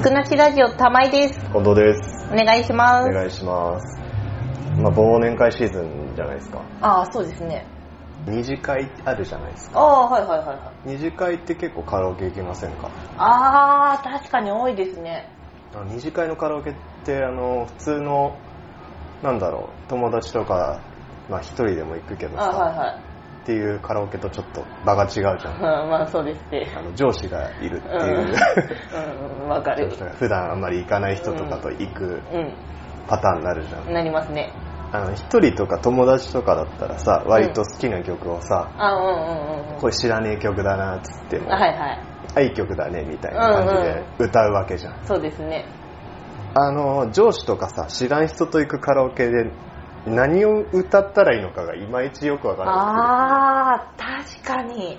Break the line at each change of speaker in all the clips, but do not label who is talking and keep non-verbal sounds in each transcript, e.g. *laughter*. くなしラジオ玉井です
近藤です。
お願いしま
お
す
願いします。まあ、忘年会シーズンじゃないですか。
ああそうですね
二次会あるじゃないですか。
ああはいはいはいはい
二次会って結構カラオケ行けませんか
ああ確かに多いですね
あの二次会のカラオケって、あの、普通の、なんだろう、友達とか、まあ一人でも行くけど
ああ
さ、
はいはい
っていうカラオケとちょっと場が違うじゃ
うん
ん。
まあそうですね
あの上司がいるって *laughs* いう、
うんうんわかる
ちょっと普段あんまり行かない人とかと行く
う
パターンになるじゃん
ん。なりますね
あの一人とか友達とかだったらさ、割と好きな曲をさ、
あうんうんうんうん
これ知らねえ曲だなっつっても、
あはいはい
あいい曲だねみたいな感じで歌うわけじゃん、
そうですね
あの上司とかさ知らん人と行くカラオケで何を歌ったらいいのかがいまいちよくわからな
ああ確かに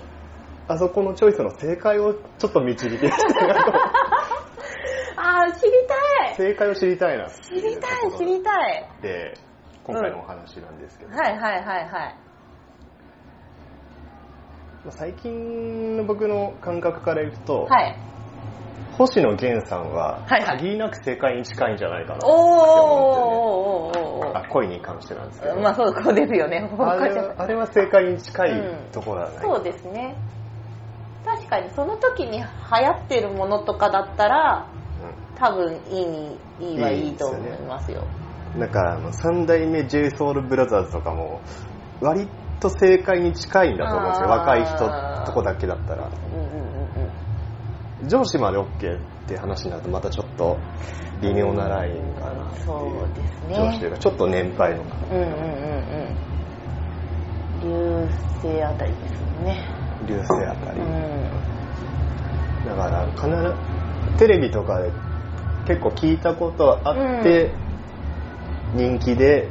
くてあそこのチョイスの正解をちょっと導き出したいなと
ああ知り *laughs* たい
正解を知りたいな
知りたい知りたい
たいで今回のお話なんですけど、
はいはいはいはい
最近の僕の感覚から言うと、
はい
星野源さんは
はいはい
限りなく正解に近いんじゃないかなって
おー
思
おーおーおーお
って
ー
て、あ恋に関してなんですけど、
まあそうこうですよね。
あれはあれは正解に近いところだね、
そうですね。確かにその時に流行ってるものとかだったら多分いいにいいはいいと思いますよ。
うんだからあの3代目 j s o u l b r o t h e r とかも割と正解に近いんだと思うんですよ
あー
若い人とこだけだったら
うんうんうんうん。
上司まで OK って話になるとまたちょっと微妙なラインかなっていう,、
そうですね
上司というかちょっと年配の
うんうんうんうん。流星あたりですよね。
流星あた
う
り、
ん。
だから必ずテレビとかで結構聞いたことあって、人気で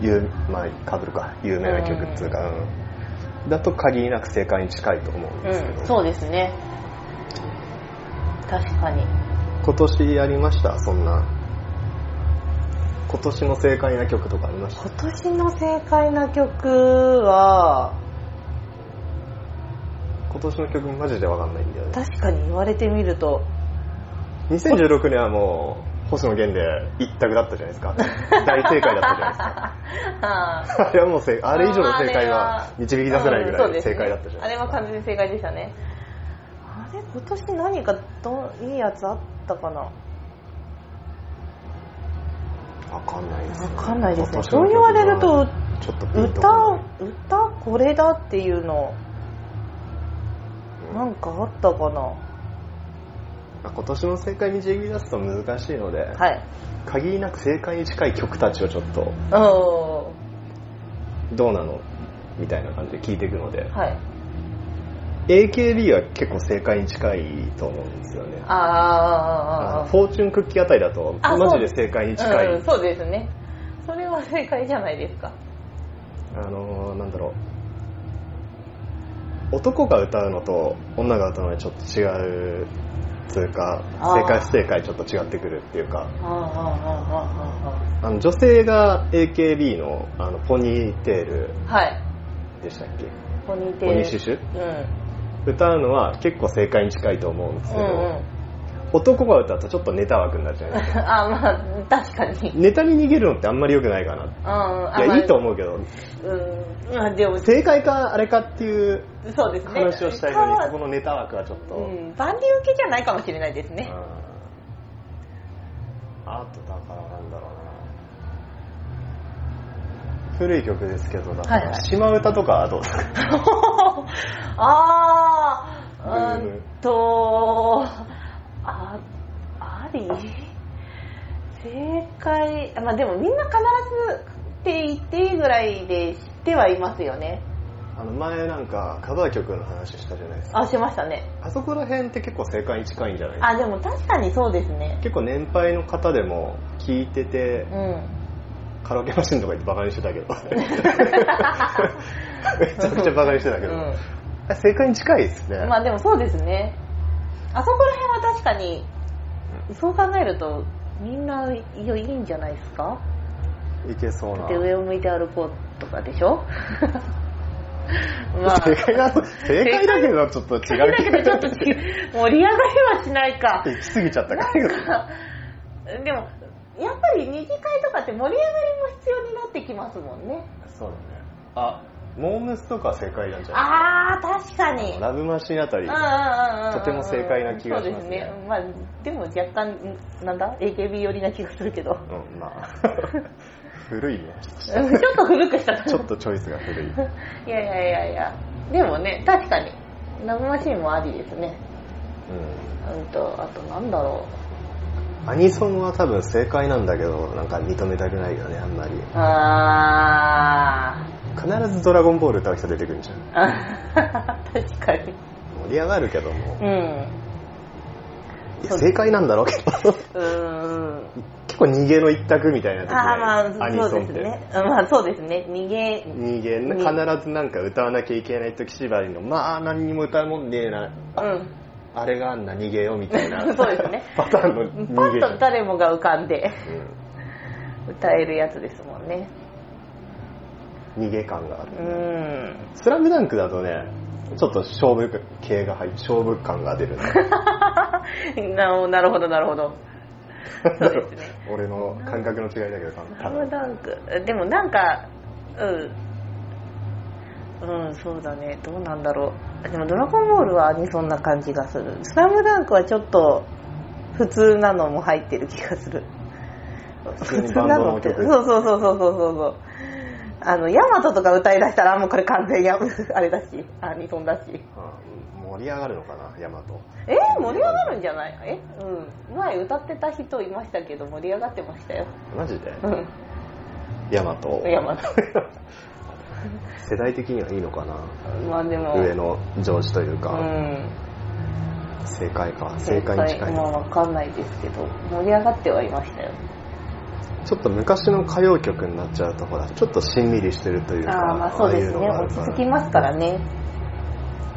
有まあかぶるか有名な曲っつうか、うんだと限りなく正解に近いと思うんですけど、
うん。そうですね。確かに。
今年やりましたそんな今年の正解な曲とかありました
今年の正解な曲は、
今年の曲マジでわかんないんだよね
確かに言われてみる *laughs* と、
2016年はもう星野源で一択だったじゃないで
*laughs*
すか大正解だったじゃないですか
あー
あれはもうせあれ以上の正解は導き出せないぐらいの正解だったじゃ
あ
ない
れ
です
は
か、
完全に正解でしたねあれ今年何かどいいやつあったかな
わかんないです、
わかんないですねそう言われると
ちょっとピンとこ
歌
ない
歌これだっていうのなんかあったかな、
うん今年の正解導き出すと難しいので、
はい
限りなく正解に近い曲たちをちょっと
うんは
どうなのみたいな感じで聞いていくので、
い
AKB は結構正解に近いと思うんですよね
ああ
あの
ああああ
フォーチュンクッキーあたりだと
あ
マジで正解に近い、
うん、そうですねそれは正解じゃないですか
あのーなんだろう男が歌うのと女が歌うのはちょっと違うというか
あー
正解不正解ちょっと違ってくるっていうか
ああああああ
あの女性が AKB のあのポニーテール
ああはい
でしたっけ
ポニーテール
ポニーシュシュ歌うのは結構正解に近いと思うんですけ
う
ど、
んうん *laughs* うん
男が歌うとちょっとネタ枠になるじゃないですか *laughs*
あまあ確かに、うん
ネタに逃げるのってあんまり良くないかな
あ
い
ま
や
あ
いいと思うけど
うんまあでもそ
正解かあれかってい
う
う
ですね
話をしたいのに
か
そこのネタ枠はちょっと、
うん、万里受けじゃないかもしれないですね
うんあとだからなんだろうな古い曲ですけどだか
はいは
ら
い
島唄とかはどうですか
*laughs* ああ
うん
うんとああり正解まあでもみんな必ずって言っていいぐらいで知ってはいますよね
あの前なんかカバー曲の話したじゃないですか
あしましたね
あそこら辺って結構正解に近いんじゃないですか
あでも確かにそうですね
結構年配の方でも聞いてて
うん
カラオケマシンとか行ってバカにしてた *laughs* けどめちゃくちゃバカにしてたけど、
うん
あ正解に近いですね、
まあでもそうですねあそこら辺は確かにそう考えるとみんないやいいんじゃないですか
いけそう
だ
な *laughs*
って上を向いて歩こうとかでしょまあ
正解だ正解だけどちょっと違う
だけどちょっと違う盛り上がりはしないか。
行き過ぎちゃったか
なん
ら
か、でも、やっぱり二次会とかって盛り上がりも必要になってきますもんね。
そうだねあモームスとか正解なんじゃない
あー、確かに。
ラブマシンあたり
と
とても正解な気がしますね
そうですね。まあ、でも若干、なんだ ?AKB 寄りな気がするけど。
うんまあ *laughs* 古いね
ちょっと古くしたな
ちょっとチョイスが古い
*laughs* いやいやいやいや。でもね、確かに。ラブマシーンもありですね。
うん
うんと、あとなんだろ
アニソンは多分正解なんだけどなんか認めたくないよねあんまり
う。あー。
必ず「ドラゴンボール」歌う人出てくるじゃん
あ *laughs* 確かに。
盛り上がるけども
うん。
いや正解なんだろうけど *laughs*
うーん。
結構逃げの一択みたいな時
ああ
ない
ま
ア
あ
ニ
そう
ソ
で
ンっ
す
て、
ね。うんまあそうですね。逃げ、
逃げね
に
必ずなんか歌わなきゃいけない時縛りのまあ何にも歌うもんねえなあ,、
う
あれがあんな逃げよみたいな
*laughs* そうですね
*laughs* パターンの
ん。パ
逃げ
ッと誰もが浮かんで
う
歌えるやつですもんね。
ん逃げ感があ
う
る、
ん。
スラムダンクだとねちょっと勝負系が入る勝負感が
*laughs*
出るね
ななるほどなるほど。そうですね
俺の感覚の違いだけど多分
ラムダンク。でもなんか、うん。うん、そうだね。どうなんだろう。でもドラゴンボールはアニソンな感じがする。スラムダンクはちょっと普通なのも入ってる気がする。
普通にバンドの曲
そうそうそうそうそうそうそうあのヤマトとか歌いだしたらもうこれ完全にあれだしアニソンだし
うん盛り上がるのかなヤマト
えー盛り上がるんじゃないえうん前歌ってた人いましたけど盛り上がってましたよ
マジで
うん
ヤマト
ヤマト
*laughs* 世代的にはいいのかな
まあでも
上の上司という
う
か、
ん
正解か正解に近い
まあ
な
わかんないですけど盛り上がってはいましたよ
ちょっと昔の歌謡曲になっちゃうとほらちょっとしんみりしてるというか
ああまあそうですね
ああいうのがある
落
か
ち
ら
着きますからね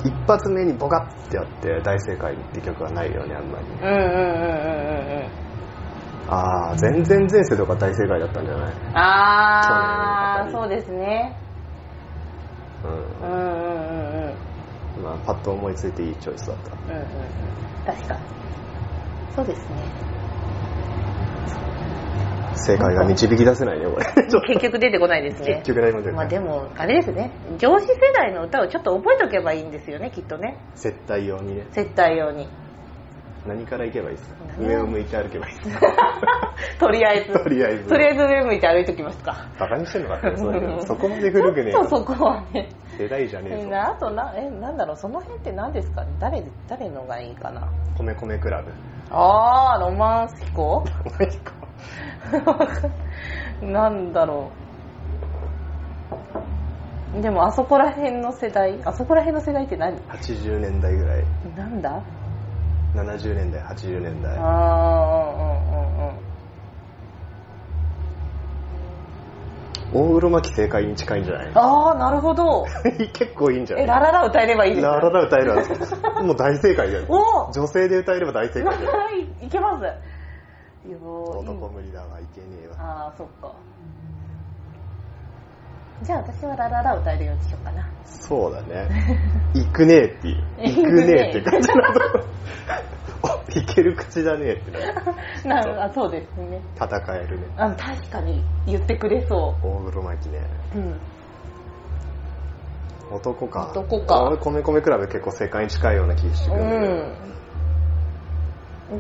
一発目にボカッてやって大正解って曲はないよねあんまり
うんうんうんうんうんうん
ああ全然前世とか大正解だったんじゃない
ああ
そ
そううですねうんうんうんうん
うんまあパッと思いついていいチョイスだった
うんうんうん確かにそうですね
正解が導き出せないねこ
*laughs*
れ *laughs* ちょっ
結局出てこないです
と
ね
結局何も出てこ
まあ
ない
でもあれですね上司世代の歌をちょっと覚えとけばいいんですよねきっとね
接待用にね
接待用
*laughs*
に
何から行けばいいですか
何
上を向いて歩けばいいですか
*laughs* とりあえず
とりあえず
とりあえず上向いて歩いときますか
バカにしてんのかってそういうのそこまで古くねえ
ちょっ *laughs*
よ
とそこはね
世代じゃねえ
え
ぞ
なあとなえなんだろうその辺って何ですかね誰誰のがいいかな
米米クラブ
ああロマンス飛行 *laughs* なんだろうでもあそこら辺の世代あそこら辺の世代って何
80年代ぐらい
なんだ
70年代80年
あ
代
あうんうんうん
大黒摩季正解に近いんじゃ
*laughs*
ない
ああなるほど
結構いいんじゃない
えラララ歌えればいいです
ラララ歌えるわもう大正解だよ
お
女性で歌えれば大正
ラ
解だ
ラ *laughs*
よ
ラいいけますよーい
男無理だわいけねえわ
ああそっかじゃあ私はラララ歌えるようにしようか *laughs* な
そうだ
*laughs*
ね行くねえっていう行くねえって感じだと *laughs* おいける口だねえってなる
なあそうですね
戦えるね
あ確かに言ってくれそ
大黒摩季ね
ううん
男か
男か
俺米米クラブ結構世界に近いような気がしてくるんだけど、
うん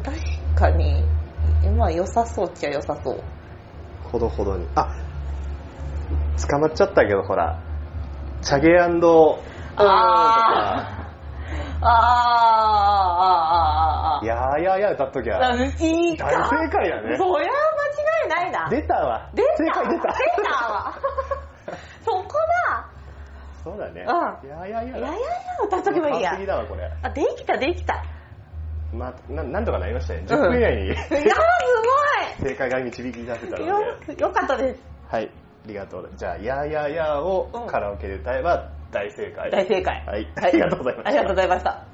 確かにまあ良さそうっちゃ良さそう
ほどほどにあ捕まっちゃったけどほらチャゲアンド
ああああああああ
やーやーやー歌っとき
い
ゃ
いか
大正解
そりゃ
だね
間違いないな
出たわ
出た
正解出た
出た
*laughs*
わそこだ
そうだね
うん
やーやーや
や
ー
やや歌っとけばいいや
完璧だわこれ
あできたできた
まあななんとかなりましたね10分以内に、
い *laughs*
*laughs*
やす
正解が導き出せた
ごい
ので
よよかったです
はいありがとうじゃあ「やーやーやー」をカラオケで歌えば大正解
大正解
はいありがとうございました
ありがとうございました